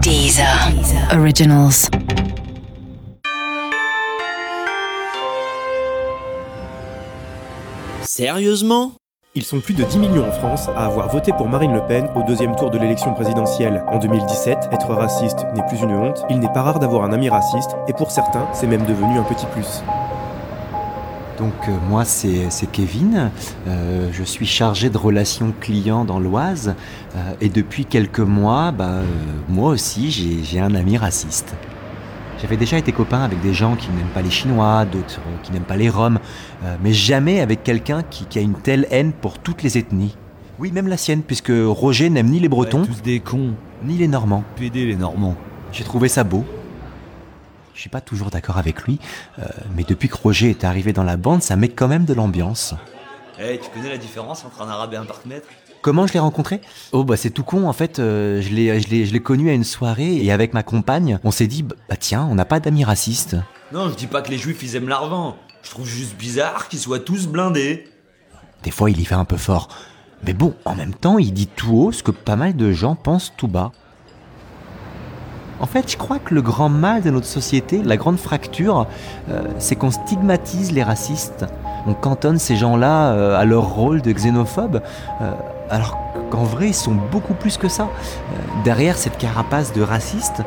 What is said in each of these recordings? Deezer. Originals. Sérieusement Ils sont plus de 10 millions en France à avoir voté pour Marine Le Pen au deuxième tour de l'élection présidentielle. En 2017, être raciste n'est plus une honte, il n'est pas rare d'avoir un ami raciste, et pour certains, c'est même devenu un petit plus. Donc euh, moi c'est c'est Kevin, Euh, je suis chargé de relations clients dans l'Oise Euh, et depuis quelques mois, bah, euh, moi aussi j'ai- j'ai un ami raciste. J'avais déjà été copain avec des gens qui n'aiment pas les Chinois, d'autres euh, qui n'aiment pas les Roms, euh, mais jamais avec quelqu'un qui, qui a une telle haine pour toutes les ethnies. Oui, même la sienne, puisque Roger n'aime ni les Bretons, Ouais, tous des cons, ni les Normands. pédés les Normands. J'ai trouvé ça beau. Je suis pas toujours d'accord avec lui, euh, mais depuis que Roger est arrivé dans la bande, ça met quand même de l'ambiance. Eh, tu connais la différence entre un arabe et un partenaire Comment je l'ai rencontré Oh bah c'est tout con en fait, euh, je l'ai je l'ai- je l'ai connu à une soirée et avec ma compagne, on s'est dit bah bah, tiens, on n'a pas d'amis racistes. Non, je dis pas que les juifs ils aiment l'argent. Je trouve juste bizarre qu'ils soient tous blindés. Des fois, il y va un peu fort. Mais bon, en même temps, il dit tout haut ce que pas mal de gens pensent tout bas. En fait, je crois que le grand mal de notre société, la grande fracture, euh, c'est qu'on stigmatise les racistes. On cantonne ces gens-là euh, à leur rôle de xénophobes, euh, alors qu'en vrai, ils sont beaucoup plus que ça. Euh, derrière cette carapace de raciste,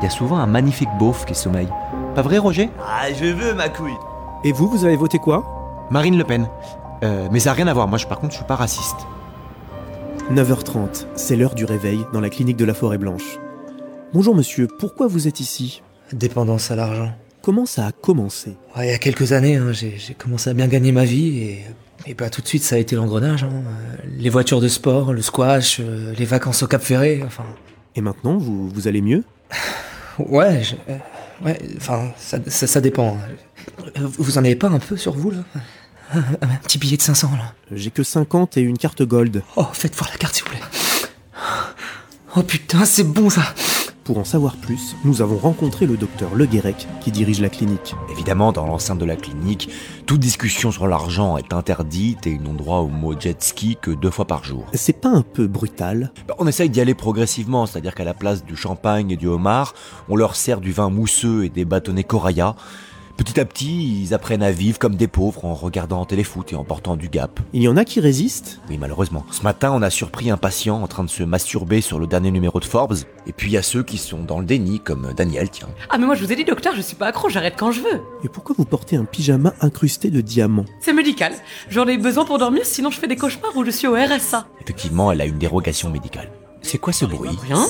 il y a souvent un magnifique beauf qui sommeille. Pas vrai, Roger Ah, je veux ma couille. Et vous, vous avez voté quoi Marine Le Pen. Euh, mais ça n'a rien à voir, moi je- par contre, je suis pas raciste. 9h30, c'est l'heure du réveil dans la clinique de la Forêt Blanche. Bonjour monsieur, pourquoi vous êtes ici Dépendance à l'argent. Comment ça a commencé Ouais, il y a quelques années, hein, j'ai j'ai commencé à bien gagner ma vie et, et bah, tout de suite ça a été l'engrenage. hein. Euh, Les voitures de sport, le squash, euh, les vacances au Cap Ferré, enfin. Et maintenant, vous, vous allez mieux Ouais, je- euh, ouais, enfin, ça, ça, ça dépend. Euh, Vous en avez pas un peu sur vous là un, un petit billet de 500 là. J'ai que 50 et une carte gold. Oh, faites voir la carte s'il vous plaît. Oh putain, c'est bon ça. Pour en savoir plus, nous avons rencontré le docteur Le Guérec qui dirige la clinique. Évidemment, dans l'enceinte de la clinique, toute discussion sur l'argent est interdite et ils n'ont droit au mot jet ski que deux fois par jour. C'est pas un peu brutal Bah, On essaye d'y aller progressivement, c'est-à-dire qu'à la place du champagne et du homard, on leur sert du vin mousseux et des bâtonnets coraya. Petit à petit, ils apprennent à vivre comme des pauvres en regardant téléfoot et en portant du gap. Il y en a qui résistent Oui, malheureusement. Ce matin, on a surpris un patient en train de se masturber sur le dernier numéro de Forbes. Et puis, il y a ceux qui sont dans le déni, comme Daniel, tiens. Ah mais moi je vous ai dit docteur, je suis pas accro, j'arrête quand je veux. Et pourquoi vous portez un pyjama incrusté de diamants C'est médical. J'en ai besoin pour dormir, sinon je fais des cauchemars où je suis au RSA. Effectivement, elle a une dérogation médicale. C'est quoi ce Ah, bruit Rien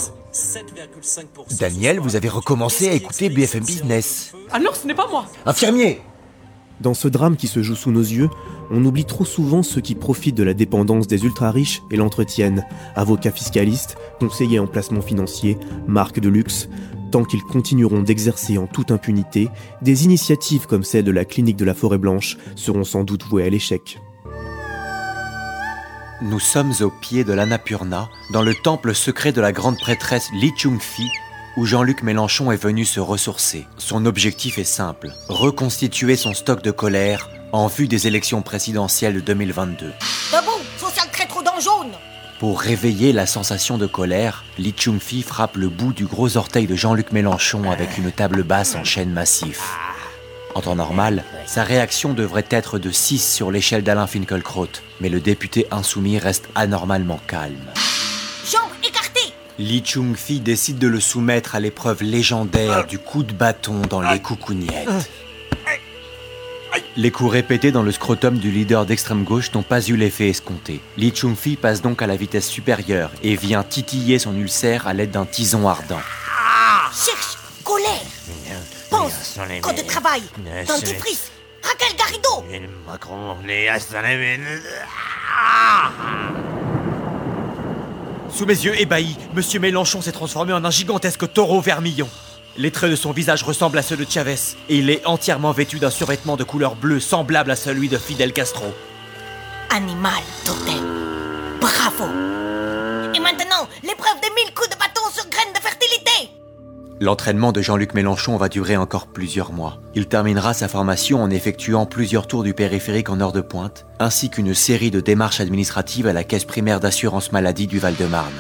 Daniel, vous avez recommencé à écouter BFM Business. Ah non, ce n'est pas moi. Infirmier Dans ce drame qui se joue sous nos yeux, on oublie trop souvent ceux qui profitent de la dépendance des ultra-riches et l'entretiennent. Avocats fiscalistes, conseillers en placement financier, marques de luxe, tant qu'ils continueront d'exercer en toute impunité, des initiatives comme celle de la clinique de la Forêt Blanche seront sans doute vouées à l'échec. Nous sommes au pied de l'Annapurna, dans le temple secret de la grande prêtresse Li Chung-Fi, où Jean-Luc Mélenchon est venu se ressourcer. Son objectif est simple, reconstituer son stock de colère en vue des élections présidentielles de 2022. Debout, faut sale traître aux dents jaunes Pour réveiller la sensation de colère, Li Chung-Fi frappe le bout du gros orteil de Jean-Luc Mélenchon avec une table basse en chêne massif. En temps normal, sa réaction devrait être de 6 sur l'échelle d'Alain Finkielkraut, mais le député insoumis reste anormalement calme. Jambes écartées Li Chung-Fi décide de le soumettre à l'épreuve légendaire du coup de bâton dans les coucougnettes. Les coups répétés dans le scrotum du leader d'extrême gauche n'ont pas eu l'effet escompté. Li Chung-Fi passe donc à la vitesse supérieure et vient titiller son ulcère à l'aide d'un tison ardent. Cherche, colère Pense, code de travail Dentifrice Raquel Garrido Sous mes yeux ébahis, Monsieur Mélenchon s'est transformé en un gigantesque taureau vermillon. Les traits de son visage ressemblent à ceux de Chavez, et il est entièrement vêtu d'un survêtement de couleur bleue semblable à celui de Fidel Castro. Animal totem Bravo Et maintenant, l'épreuve des mille coups de bâton sur graines de fertilité L'entraînement de Jean-Luc Mélenchon va durer encore plusieurs mois. Il terminera sa formation en effectuant plusieurs tours du périphérique en heure de pointe, ainsi qu'une série de démarches administratives à la caisse primaire d'assurance maladie du Val-de-Marne.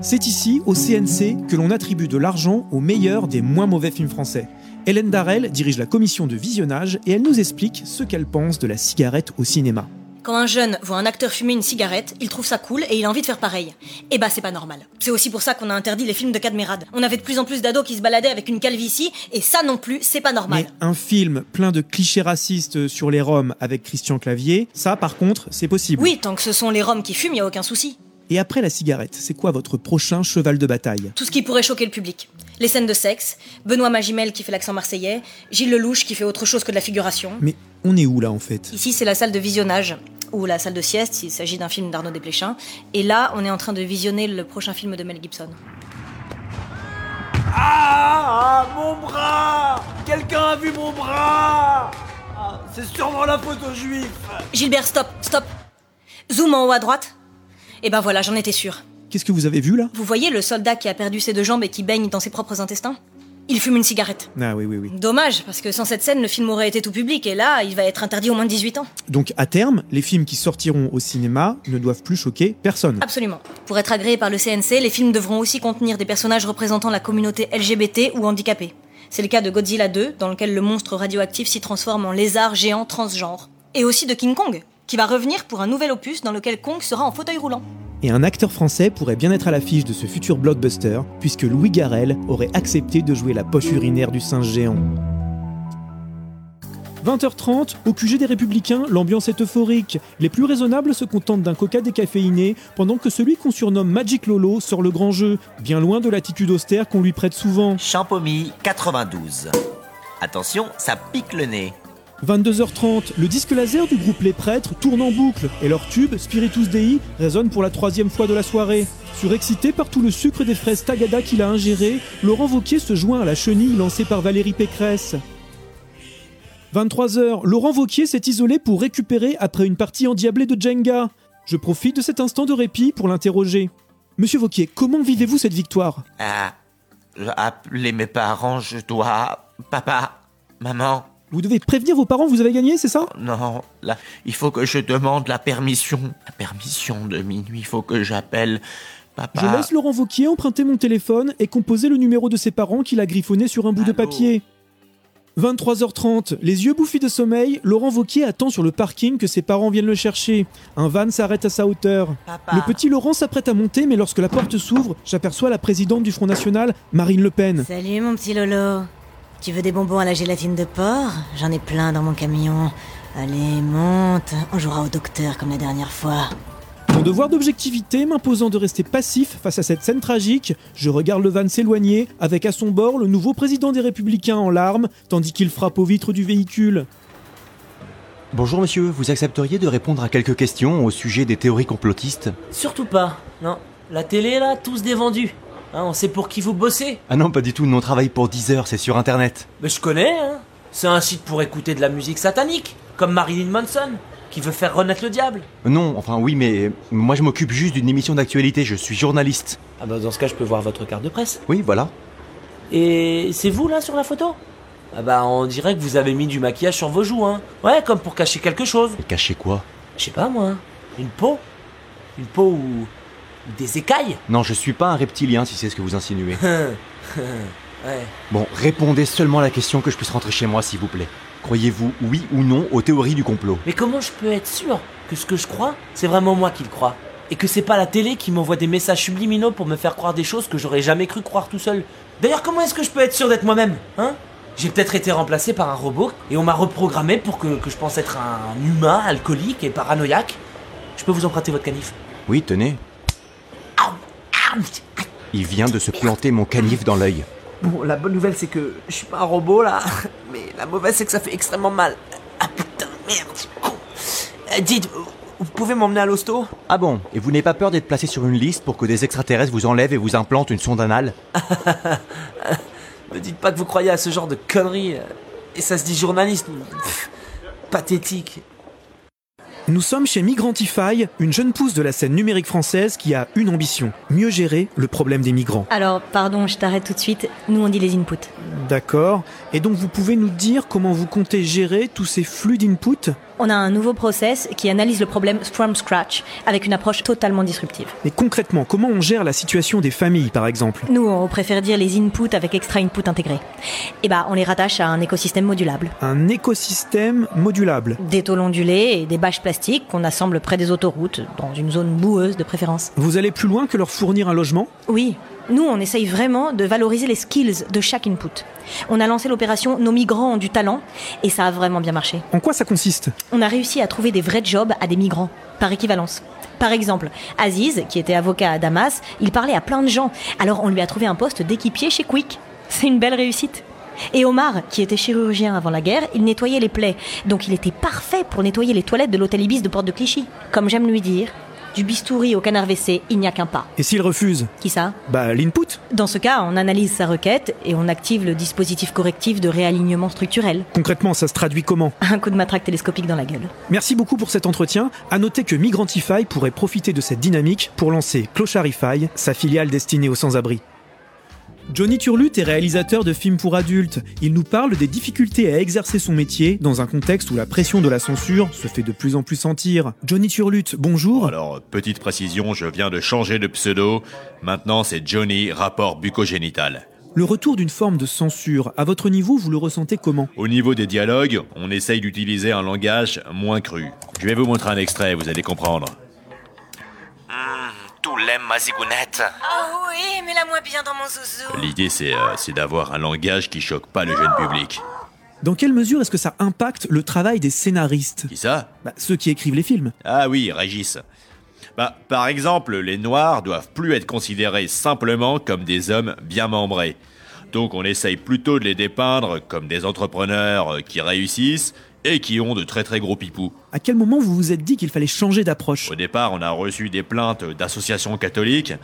C'est ici, au CNC, que l'on attribue de l'argent aux meilleurs des moins mauvais films français. Hélène Darrel dirige la commission de visionnage et elle nous explique ce qu'elle pense de la cigarette au cinéma. Quand un jeune voit un acteur fumer une cigarette, il trouve ça cool et il a envie de faire pareil. Eh bah, ben, c'est pas normal. C'est aussi pour ça qu'on a interdit les films de Cadmérade. On avait de plus en plus d'ados qui se baladaient avec une calvitie et ça non plus, c'est pas normal. Mais un film plein de clichés racistes sur les Roms avec Christian Clavier, ça par contre, c'est possible. Oui, tant que ce sont les Roms qui fument, y a aucun souci. Et après la cigarette, c'est quoi votre prochain cheval de bataille Tout ce qui pourrait choquer le public. Les scènes de sexe, Benoît Magimel qui fait l'accent marseillais, Gilles Lelouch qui fait autre chose que de la figuration. Mais on est où là en fait Ici, c'est la salle de visionnage, ou la salle de sieste, s'il s'agit d'un film d'Arnaud Desplechin. Et là, on est en train de visionner le prochain film de Mel Gibson. Ah, ah, Mon bras Quelqu'un a vu mon bras Ah, C'est sûrement la faute aux juifs Gilbert, stop, stop Zoom en haut à droite Et ben voilà, j'en étais sûre. Qu'est-ce que vous avez vu là Vous voyez le soldat qui a perdu ses deux jambes et qui baigne dans ses propres intestins Il fume une cigarette. Ah oui, oui, oui. Dommage, parce que sans cette scène, le film aurait été tout public, et là, il va être interdit au moins de 18 ans. Donc à terme, les films qui sortiront au cinéma ne doivent plus choquer personne. Absolument. Pour être agréés par le CNC, les films devront aussi contenir des personnages représentant la communauté LGBT ou handicapée. C'est le cas de Godzilla 2, dans lequel le monstre radioactif s'y transforme en lézard géant transgenre. Et aussi de King Kong, qui va revenir pour un nouvel opus dans lequel Kong sera en fauteuil roulant. Et un acteur français pourrait bien être à l'affiche de ce futur blockbuster, puisque Louis Garrel aurait accepté de jouer la poche urinaire du singe géant. 20h30, au QG des Républicains, l'ambiance est euphorique. Les plus raisonnables se contentent d'un coca décaféiné, pendant que celui qu'on surnomme Magic Lolo sort le grand jeu, bien loin de l'attitude austère qu'on lui prête souvent. Champomy 92. Attention, ça pique le nez. 22h30, le disque laser du groupe Les Prêtres tourne en boucle et leur tube, Spiritus Dei, résonne pour la troisième fois de la soirée. Surexcité par tout le sucre des fraises Tagada qu'il a ingéré, Laurent Vauquier se joint à la chenille lancée par Valérie Pécresse. 23h, Laurent Vauquier s'est isolé pour récupérer après une partie endiablée de Jenga. Je profite de cet instant de répit pour l'interroger. Monsieur Vauquier, comment vivez-vous cette victoire Ah, je appeler mes parents, je dois. Papa, maman. Vous devez prévenir vos parents, vous avez gagné, c'est ça Non, là, il faut que je demande la permission. La permission de minuit, il faut que j'appelle papa. Ah. Je laisse Laurent Vauquier emprunter mon téléphone et composer le numéro de ses parents qu'il a griffonné sur un bout de Allô papier. 23h30, les yeux bouffis de sommeil, Laurent Vauquier attend sur le parking que ses parents viennent le chercher. Un van s'arrête à sa hauteur. Papa. Ah. Le petit Laurent s'apprête à monter, mais lorsque la porte s'ouvre, j'aperçois la présidente du Front National, Marine Le Pen. Salut mon petit Lolo. Tu veux des bonbons à la gélatine de porc J'en ai plein dans mon camion. Allez, monte. On jouera au docteur comme la dernière fois. Mon devoir d'objectivité m'imposant de rester passif face à cette scène tragique, je regarde le van s'éloigner, avec à son bord le nouveau président des Républicains en larmes, tandis qu'il frappe aux vitres du véhicule. Bonjour monsieur, vous accepteriez de répondre à quelques questions au sujet des théories complotistes Surtout pas, non. La télé, là, tous des vendus. Hein, on sait pour qui vous bossez. Ah non, pas du tout, nous on travaille pour 10 heures, c'est sur internet. Mais je connais, hein. C'est un site pour écouter de la musique satanique, comme Marilyn Manson, qui veut faire renaître le diable. Non, enfin oui, mais moi je m'occupe juste d'une émission d'actualité, je suis journaliste. Ah bah dans ce cas, je peux voir votre carte de presse. Oui, voilà. Et c'est vous, là, sur la photo Ah bah on dirait que vous avez mis du maquillage sur vos joues, hein. Ouais, comme pour cacher quelque chose. Et cachez quoi Je sais pas, moi. Une peau Une peau ou... ou Des écailles Non, je suis pas un reptilien si c'est ce que vous insinuez. Ouais. Bon, répondez seulement à la question que je puisse rentrer chez moi, s'il vous plaît. Croyez-vous, oui ou non, aux théories du complot Mais comment je peux être sûr que ce que je crois, c'est vraiment moi qui le crois Et que c'est pas la télé qui m'envoie des messages subliminaux pour me faire croire des choses que j'aurais jamais cru croire tout seul D'ailleurs, comment est-ce que je peux être sûr d'être moi-même Hein J'ai peut-être été remplacé par un robot et on m'a reprogrammé pour que, que je pense être un humain alcoolique et paranoïaque. Je peux vous emprunter votre canif Oui, tenez. Il vient de se planter mon canif dans l'œil. Bon, la bonne nouvelle c'est que je suis pas un robot là, mais la mauvaise c'est que ça fait extrêmement mal. Ah putain, merde, je suis con. Euh, Dites, vous- vous pouvez m'emmener à l'hosto Ah bon Et vous n'avez pas peur d'être placé sur une liste pour que des extraterrestres vous enlèvent et vous implantent une sonde anale Me dites pas que vous croyez à ce genre de conneries. euh, Et ça se dit journaliste. Pff, pathétique. Nous sommes chez Migrantify, une jeune pousse de la scène numérique française qui a une ambition, mieux gérer le problème des migrants. Alors, pardon, je t'arrête tout de suite. Nous, on dit les inputs. D'accord. Et donc vous pouvez nous dire comment vous comptez gérer tous ces flux d'input On a un nouveau process qui analyse le problème from scratch avec une approche totalement disruptive. Mais concrètement, comment on gère la situation des familles, par exemple Nous, on préfère dire les inputs avec extra input intégré. Et bah, on les rattache à un écosystème modulable. Un écosystème modulable. Des tôles ondulées et des bâches plastiques qu'on assemble près des autoroutes, dans une zone boueuse de préférence. Vous allez plus loin que leur fournir un logement Oui, nous, on essaye vraiment de valoriser les skills de chaque input. On a lancé l'opération Nos migrants ont du talent et ça a vraiment bien marché. En quoi ça consiste On a réussi à trouver des vrais jobs à des migrants, par équivalence. Par exemple, Aziz, qui était avocat à Damas, il parlait à plein de gens. Alors on lui a trouvé un poste d'équipier chez Quick. C'est une belle réussite. Et Omar, qui était chirurgien avant la guerre, il nettoyait les plaies. Donc il était parfait pour nettoyer les toilettes de l'hôtel Ibis de Porte de Clichy. Comme j'aime lui dire, du bistouri au canard WC, il n'y a qu'un pas. Et s'il refuse Qui ça Bah l'input. Dans ce cas, on analyse sa requête et on active le dispositif correctif de réalignement structurel. Concrètement, ça se traduit comment Un coup de matraque télescopique dans la gueule. Merci beaucoup pour cet entretien. À noter que Migrantify pourrait profiter de cette dynamique pour lancer Clocharify, sa filiale destinée aux sans-abri. Johnny Turlut est réalisateur de films pour adultes. Il nous parle des difficultés à exercer son métier dans un contexte où la pression de la censure se fait de plus en plus sentir. Johnny Turlut, bonjour. Alors, petite précision, je viens de changer de pseudo. Maintenant, c'est Johnny, rapport bucogénital. Le retour d'une forme de censure, à votre niveau, vous le ressentez comment Au niveau des dialogues, on essaye d'utiliser un langage moins cru. Je vais vous montrer un extrait, vous allez comprendre. Tout l'aime, ma zigounette. Oh oui, mets-la moi bien dans mon zouzou. L'idée, c'est euh, c'est d'avoir un langage qui choque pas le jeune public. Dans quelle mesure est-ce que ça impacte le travail des scénaristes Qui ça bah, Ceux qui écrivent les films. Ah oui, Régis. Bah, par exemple, les Noirs doivent plus être considérés simplement comme des hommes bien membrés. Donc on essaye plutôt de les dépeindre comme des entrepreneurs euh, qui réussissent et qui ont de très très gros pipous. À quel moment vous vous êtes dit qu'il fallait changer d'approche Au départ, on a reçu des plaintes d'associations catholiques.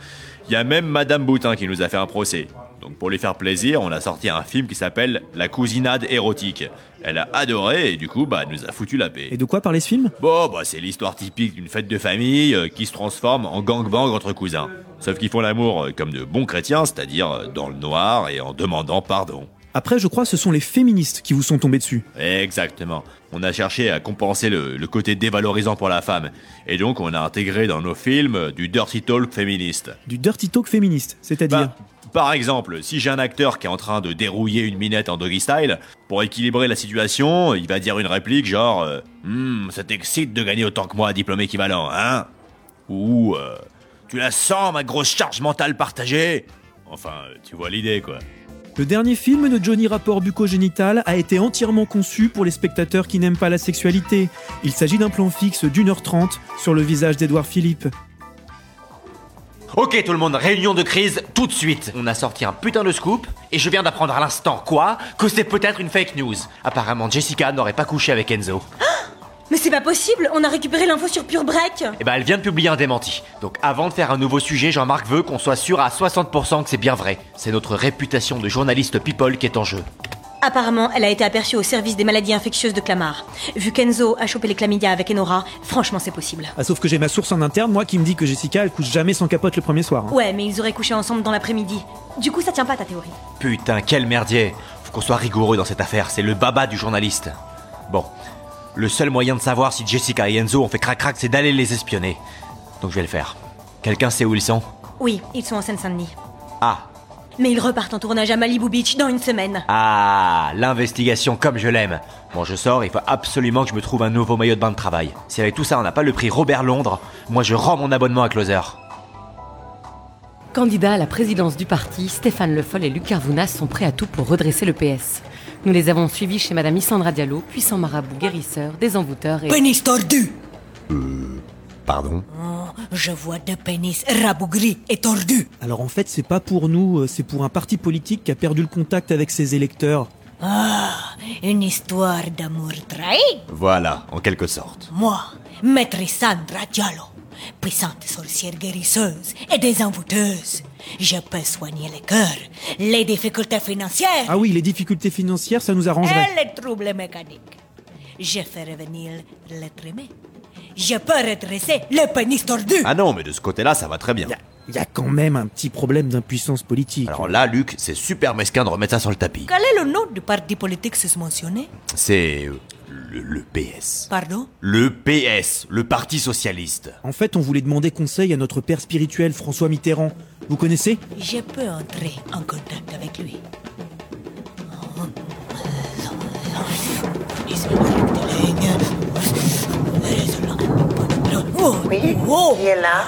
Il y a même Madame Boutin qui nous a fait un procès. Donc pour lui faire plaisir, on a sorti un film qui s'appelle La cousinade érotique. Elle a adoré et du coup, bah, elle nous a foutu la paix. Et de quoi parlait ce film Bon, bah, c'est l'histoire typique d'une fête de famille euh, qui se transforme en gangbang entre cousins. Sauf qu'ils font l'amour euh, comme de bons chrétiens, c'est-à-dire euh, dans le noir et en demandant pardon. Après, je crois ce sont les féministes qui vous sont tombés dessus. Exactement. On a cherché à compenser le, le côté dévalorisant pour la femme. Et donc, on a intégré dans nos films euh, du dirty talk féministe. Du dirty talk féministe, c'est-à-dire bah, Par exemple, si j'ai un acteur qui est en train de dérouiller une minette en doggy style, pour équilibrer la situation, il va dire une réplique genre euh, Hum, ça t'excite de gagner autant que moi à diplôme équivalent, hein ?» Ou euh, Tu la sens, ma grosse charge mentale partagée ?» Enfin, euh, tu vois l'idée, quoi. Le dernier film de Johnny Rapport bucogénital a été entièrement conçu pour les spectateurs qui n'aiment pas la sexualité. Il s'agit d'un plan fixe d'une heure trente sur le visage d'Edouard Philippe. Ok tout le monde, réunion de crise tout de suite. On a sorti un putain de scoop et je viens d'apprendre à l'instant quoi Que c'est peut-être une fake news. Apparemment Jessica n'aurait pas couché avec Enzo. Mais c'est pas possible, on a récupéré l'info sur Pure Break Eh ben elle vient de publier un démenti. Donc avant de faire un nouveau sujet, Jean-Marc veut qu'on soit sûr à 60% que c'est bien vrai. C'est notre réputation de journaliste people qui est en jeu. Apparemment, elle a été aperçue au service des maladies infectieuses de Clamart. Vu qu'Enzo a chopé les chlamydia avec Enora, franchement c'est possible. Ah, sauf que j'ai ma source en interne, moi, qui me dit que Jessica, elle couche jamais sans capote le premier soir. hein. Ouais, mais ils auraient couché ensemble dans l'après-midi. Du coup, ça tient pas ta théorie. Putain, quel merdier Faut qu'on soit rigoureux dans cette affaire, c'est le baba du journaliste. Bon, le seul moyen de savoir si Jessica et Enzo ont fait crac-crac, c'est d'aller les espionner. Donc je vais le faire. Quelqu'un sait où ils sont Oui, ils sont en Seine-Saint-Denis. Ah, Mais ils repartent en tournage à Malibu Beach dans une semaine. ah, l'investigation comme je l'aime. Bon, je sors, il faut absolument que je me trouve un nouveau maillot de bain de travail. Si avec tout ça on n'a pas le prix Robert Londres, moi je rends mon abonnement à Closer. Candidats à la présidence du parti, Stéphane Le Foll et Luc Carvounas sont prêts à tout pour redresser le PS. Nous les avons suivis chez Madame Isandra Diallo, puissant marabout guérisseur, désenvoûteur et... Pénis tordu Pardon Oh, je vois deux pénis rabougris et tordus. Alors en fait, c'est pas pour nous, euh, c'est pour un parti politique qui a perdu le contact avec ses électeurs. Ah, une histoire d'amour trahi Voilà, en quelque sorte. Moi, maître Sandra Diallo, puissante sorcière guérisseuse et désenvoûteuse, je peux soigner les cœurs, les difficultés financières Ah oui, les difficultés financières, ça nous arrangerait. et les troubles mécaniques. Je fais revenir l'être aimé. Je peux redresser le pénis tordu. Ah non, mais de ce côté-là, ça va très bien. Il y a quand même un petit problème d'impuissance politique. Alors là, Luc, c'est super mesquin de remettre ça sur le tapis. Quel est le nom du parti politique susmentionné C'est euh, le, le PS. Pardon Le PS, le Parti Socialiste. En fait, on voulait demander conseil à notre père spirituel, François Mitterrand. Vous connaissez Je peux entrer en contact avec lui. Oui, qui est là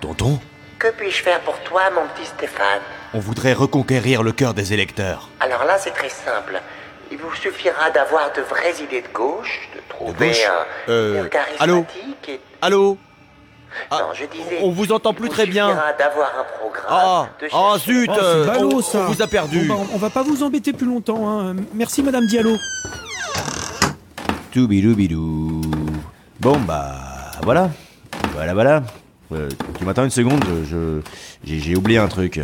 Tonton, Que puis-je faire pour toi, mon petit Stéphane on voudrait reconquérir le cœur des électeurs. Alors là, c'est très simple. Il vous suffira d'avoir de vraies idées de gauche, de trouver gauche un Euh, leader allô charismatique et... Allô Ah, Non, je disais... on vous entend plus il très bien. suffira d'avoir un programme, Ah, de ah chercher- zut, Oh, c'est euh, ballot, on- on, ça. vous a perdu. Bon, bah, on on va pas vous embêter plus longtemps. hein. Merci, Madame Diallo. Toubidou-bidou. Bon bah voilà. Voilà voilà. Euh, tu m'attends une seconde, je j'ai j'ai oublié un truc.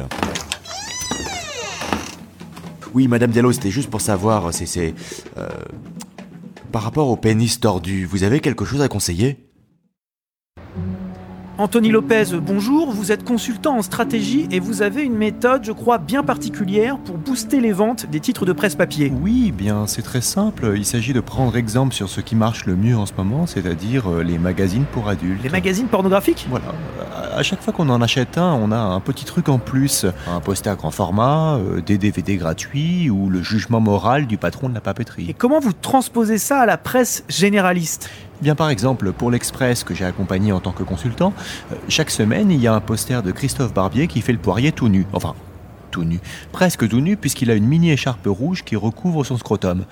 Oui, Madame Diallo, c'était juste pour savoir, c'est c'est euh, par rapport au pénis tordu, vous avez quelque chose à conseiller Anthony Lopez, bonjour. Vous êtes consultant en stratégie et vous avez une méthode, je crois, bien particulière pour booster les ventes des titres de presse papier. Oui, bien, c'est très simple. Il s'agit de prendre exemple sur ce qui marche le mieux en ce moment, c'est-à-dire euh, les magazines pour adultes. Les magazines pornographiques Voilà. À- À chaque fois qu'on en achète un, on a un petit truc en plus. Un poster grand format, euh, des DVD gratuits ou le jugement moral du patron de la papeterie. Et comment vous transposez ça à la presse généraliste Bien par exemple, pour l'Express que j'ai accompagné en tant que consultant, euh, chaque semaine il y a un poster de Christophe Barbier qui fait le poirier tout nu. Enfin, tout nu. Presque tout nu puisqu'il a une mini écharpe rouge qui recouvre son scrotum.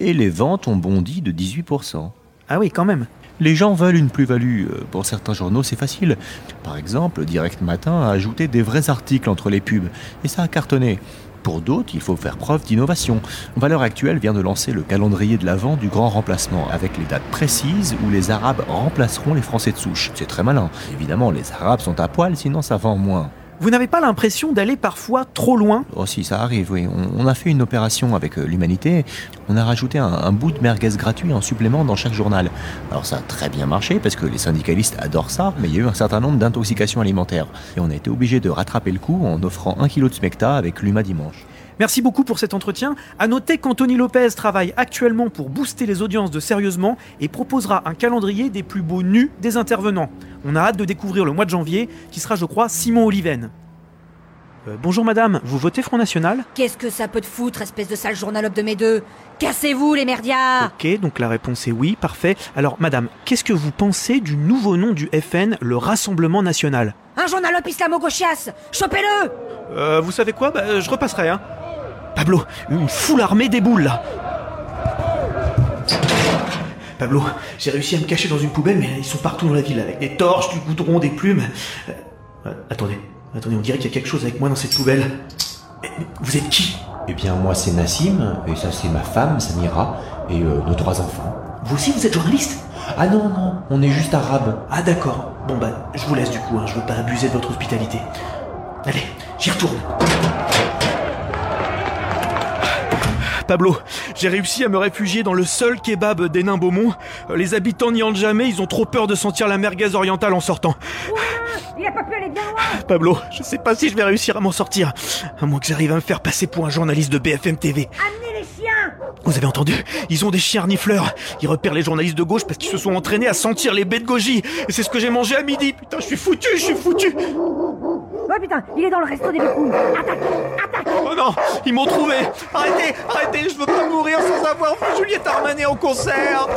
Et les ventes ont bondi de 18%. Ah oui, quand même. Les gens veulent une plus-value. Euh, Pour certains journaux, c'est facile. Par exemple, Direct Matin a ajouté des vrais articles entre les pubs, et ça a cartonné. Pour d'autres, il faut faire preuve d'innovation. Valeur Actuelle vient de lancer le calendrier de l'Avent du grand remplacement, avec les dates précises où les Arabes remplaceront les Français de souche. C'est très malin. Évidemment, les Arabes sont à poil, sinon ça vend moins. Vous n'avez pas l'impression d'aller parfois trop loin Oh si, ça arrive, oui. On, on a fait une opération avec euh, l'humanité. On a rajouté un, un bout de merguez gratuit en supplément dans chaque journal. Alors ça a très bien marché parce que les syndicalistes adorent ça, mais il y a eu un certain nombre d'intoxications alimentaires. Et on a été obligé de rattraper le coup en offrant un kilo de smecta avec l'humain dimanche. Merci beaucoup pour cet entretien. À noter qu'Anthony Lopez travaille actuellement pour booster les audiences de Sérieusement et proposera un calendrier des plus beaux nus des intervenants. On a hâte de découvrir le mois de janvier, qui sera, je crois, Simon Oliven. Euh, bonjour madame, vous votez Front National Qu'est-ce que ça peut te foutre, espèce de sale journalope de mes deux Cassez-vous, les merdias Ok, donc la réponse est oui, parfait. Alors madame, qu'est-ce que vous pensez du nouveau nom du FN, le Rassemblement National Un journalope islamo-gauchiasse Chopez-le Euh, vous savez quoi Bah, euh, je repasserai, hein. Pablo, une foule armée déboule là. Pablo, j'ai réussi à me cacher dans une poubelle, mais ils sont partout dans la ville avec des torches, du goudron, des plumes. Euh, euh, attendez, attendez, on dirait qu'il y a quelque chose avec moi dans cette poubelle. Vous êtes qui Eh bien, moi c'est Nassim, et ça c'est ma femme, Samira, et euh, nos trois enfants. Vous aussi, vous êtes journaliste Ah non, non, on est juste arabes. Ah d'accord. Bon bah, je vous laisse du coup, hein, je veux pas abuser de votre hospitalité. Allez, j'y retourne. Pablo, j'ai réussi à me réfugier dans le seul kebab des nains Beaumont. Euh, Les habitants n'y entrent jamais, ils ont trop peur de sentir la merguez orientale en sortant. Il a pas pu aller bien loin Pablo, je sais pas si je vais réussir à m'en sortir. À moins que j'arrive à me faire passer pour un journaliste de BFM TV. Amenez les chiens Vous avez entendu Ils ont des chiens renifleurs. Ils repèrent les journalistes de gauche parce qu'ils se sont entraînés à sentir les baies de goji. Et c'est ce que j'ai mangé à midi. Putain, je suis foutu, je suis foutu. Oh putain, il est dans le resto des victimes Oh non, ils m'ont trouvé. Arrêtez, arrêtez, je veux pas mourir sans avoir vu Juliette Armanet en concert.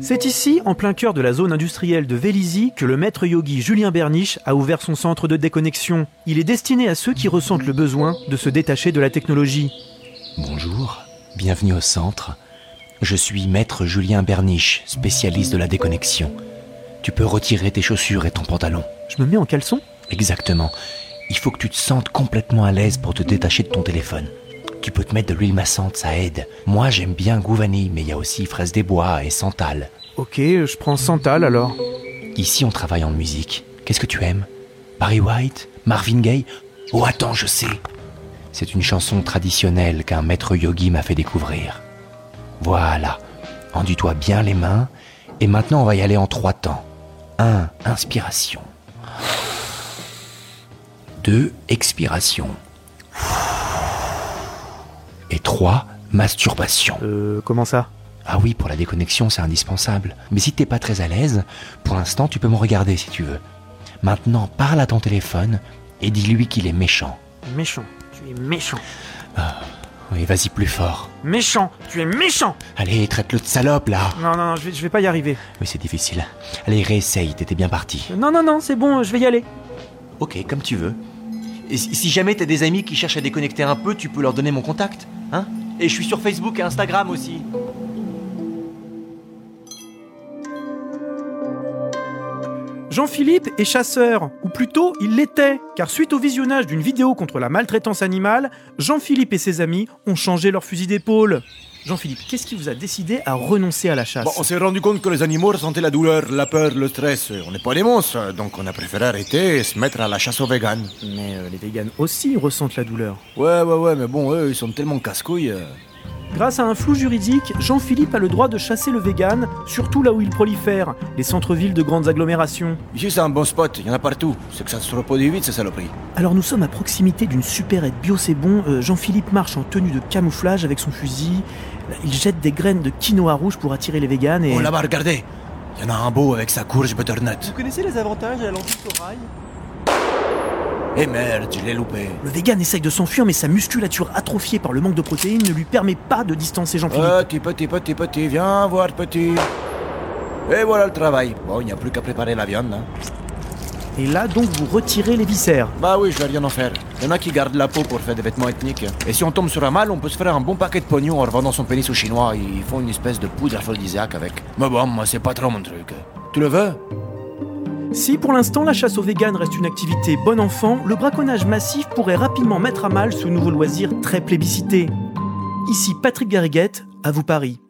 C'est ici, en plein cœur de la zone industrielle de Vélizy, que le maître yogi Julien Berniche a ouvert son centre de déconnexion. Il est destiné à ceux qui ressentent le besoin de se détacher de la technologie. Bonjour, bienvenue au centre. Je suis maître Julien Berniche, spécialiste de la déconnexion. Tu peux retirer tes chaussures et ton pantalon. Je me mets en caleçon Exactement. Il faut que tu te sentes complètement à l'aise pour te détacher de ton téléphone. Tu peux te mettre de l'huile maçante, ça aide. Moi, j'aime bien goût vanille, mais il y a aussi fraise des bois et santal. Ok, je prends Santal alors. Ici, on travaille en musique. Qu'est-ce que tu aimes Barry White Marvin Gaye Oh, attends, je sais C'est une chanson traditionnelle qu'un maître yogi m'a fait découvrir. Voilà. Enduis-toi bien les mains. Et maintenant, on va y aller en trois temps. 1. Inspiration. 2. Expiration. 3. Masturbation. Euh, comment ça Ah oui, pour la déconnexion, c'est indispensable. Mais si t'es pas très à l'aise, pour l'instant, tu peux me regarder si tu veux. Maintenant, parle à ton téléphone et dis-lui qu'il est méchant. Méchant, tu es méchant. Ah, oui, vas-y plus fort. Méchant, tu es méchant Allez, traite-le de salope là Non, non, non, je vais, je vais pas y arriver. Mais c'est difficile. Allez, réessaye, t'étais bien parti. Non, non, non, c'est bon, je vais y aller. Ok, comme tu veux. Et si si jamais t'as des amis qui cherchent à déconnecter un peu, tu peux leur donner mon contact, hein Et je suis sur Facebook et Instagram aussi. Jean-Philippe est chasseur, ou plutôt il l'était, car suite au visionnage d'une vidéo contre la maltraitance animale, Jean-Philippe et ses amis ont changé leur fusil d'épaule. Jean-Philippe, qu'est-ce qui vous a décidé à renoncer à la chasse Bon, on s'est rendu compte que les animaux ressentaient la douleur, la peur, le stress. On n'est pas des monstres, donc on a préféré arrêter et se mettre à la chasse aux véganes. Mais euh, les véganes aussi ressentent la douleur. Ouais, ouais, ouais, mais bon, eux, ils sont tellement casse-couilles. euh. Grâce à un flou juridique, Jean-Philippe a le droit de chasser le vegan, surtout là où il prolifère, les centres-villes de grandes agglomérations. Ici, c'est un bon spot, il y en a partout. C'est que ça se reproduit vite, ces saloperies. Alors nous sommes à proximité d'une supérette bio, c'est bon. Euh, Jean-Philippe marche en tenue de camouflage avec son fusil. Il jette des graines de quinoa rouge pour attirer les véganes et... Oh là-bas, regardez Il y en a un beau avec sa courge butternut. Vous connaissez les avantages à la lentille corail Eh merde, je l'ai loupé. Le vegan essaye de s'enfuir, mais sa musculature atrophiée par le manque de protéines ne lui permet pas de distancer Jean-Philippe. Euh. Petit, petit, petit, petit, viens voir, petit. Et voilà le travail. Bon, il n'y a plus qu'à préparer la viande. hein. Et là, donc, vous retirez les viscères. Bah oui, je vais rien en faire. Il y en a qui gardent la peau pour faire des vêtements ethniques. Et si on tombe sur un mâle, on peut se faire un bon paquet de pognon en revendant son pénis aux Chinois. Ils font une espèce de poudre aphrodisiaque avec. Mais bon, moi, c'est pas trop mon truc. Tu le veux Si pour l'instant la chasse aux véganes reste une activité bon enfant, le braconnage massif pourrait rapidement mettre à mal ce nouveau loisir très plébiscité. Ici Patrick Garriguette, à vous Paris.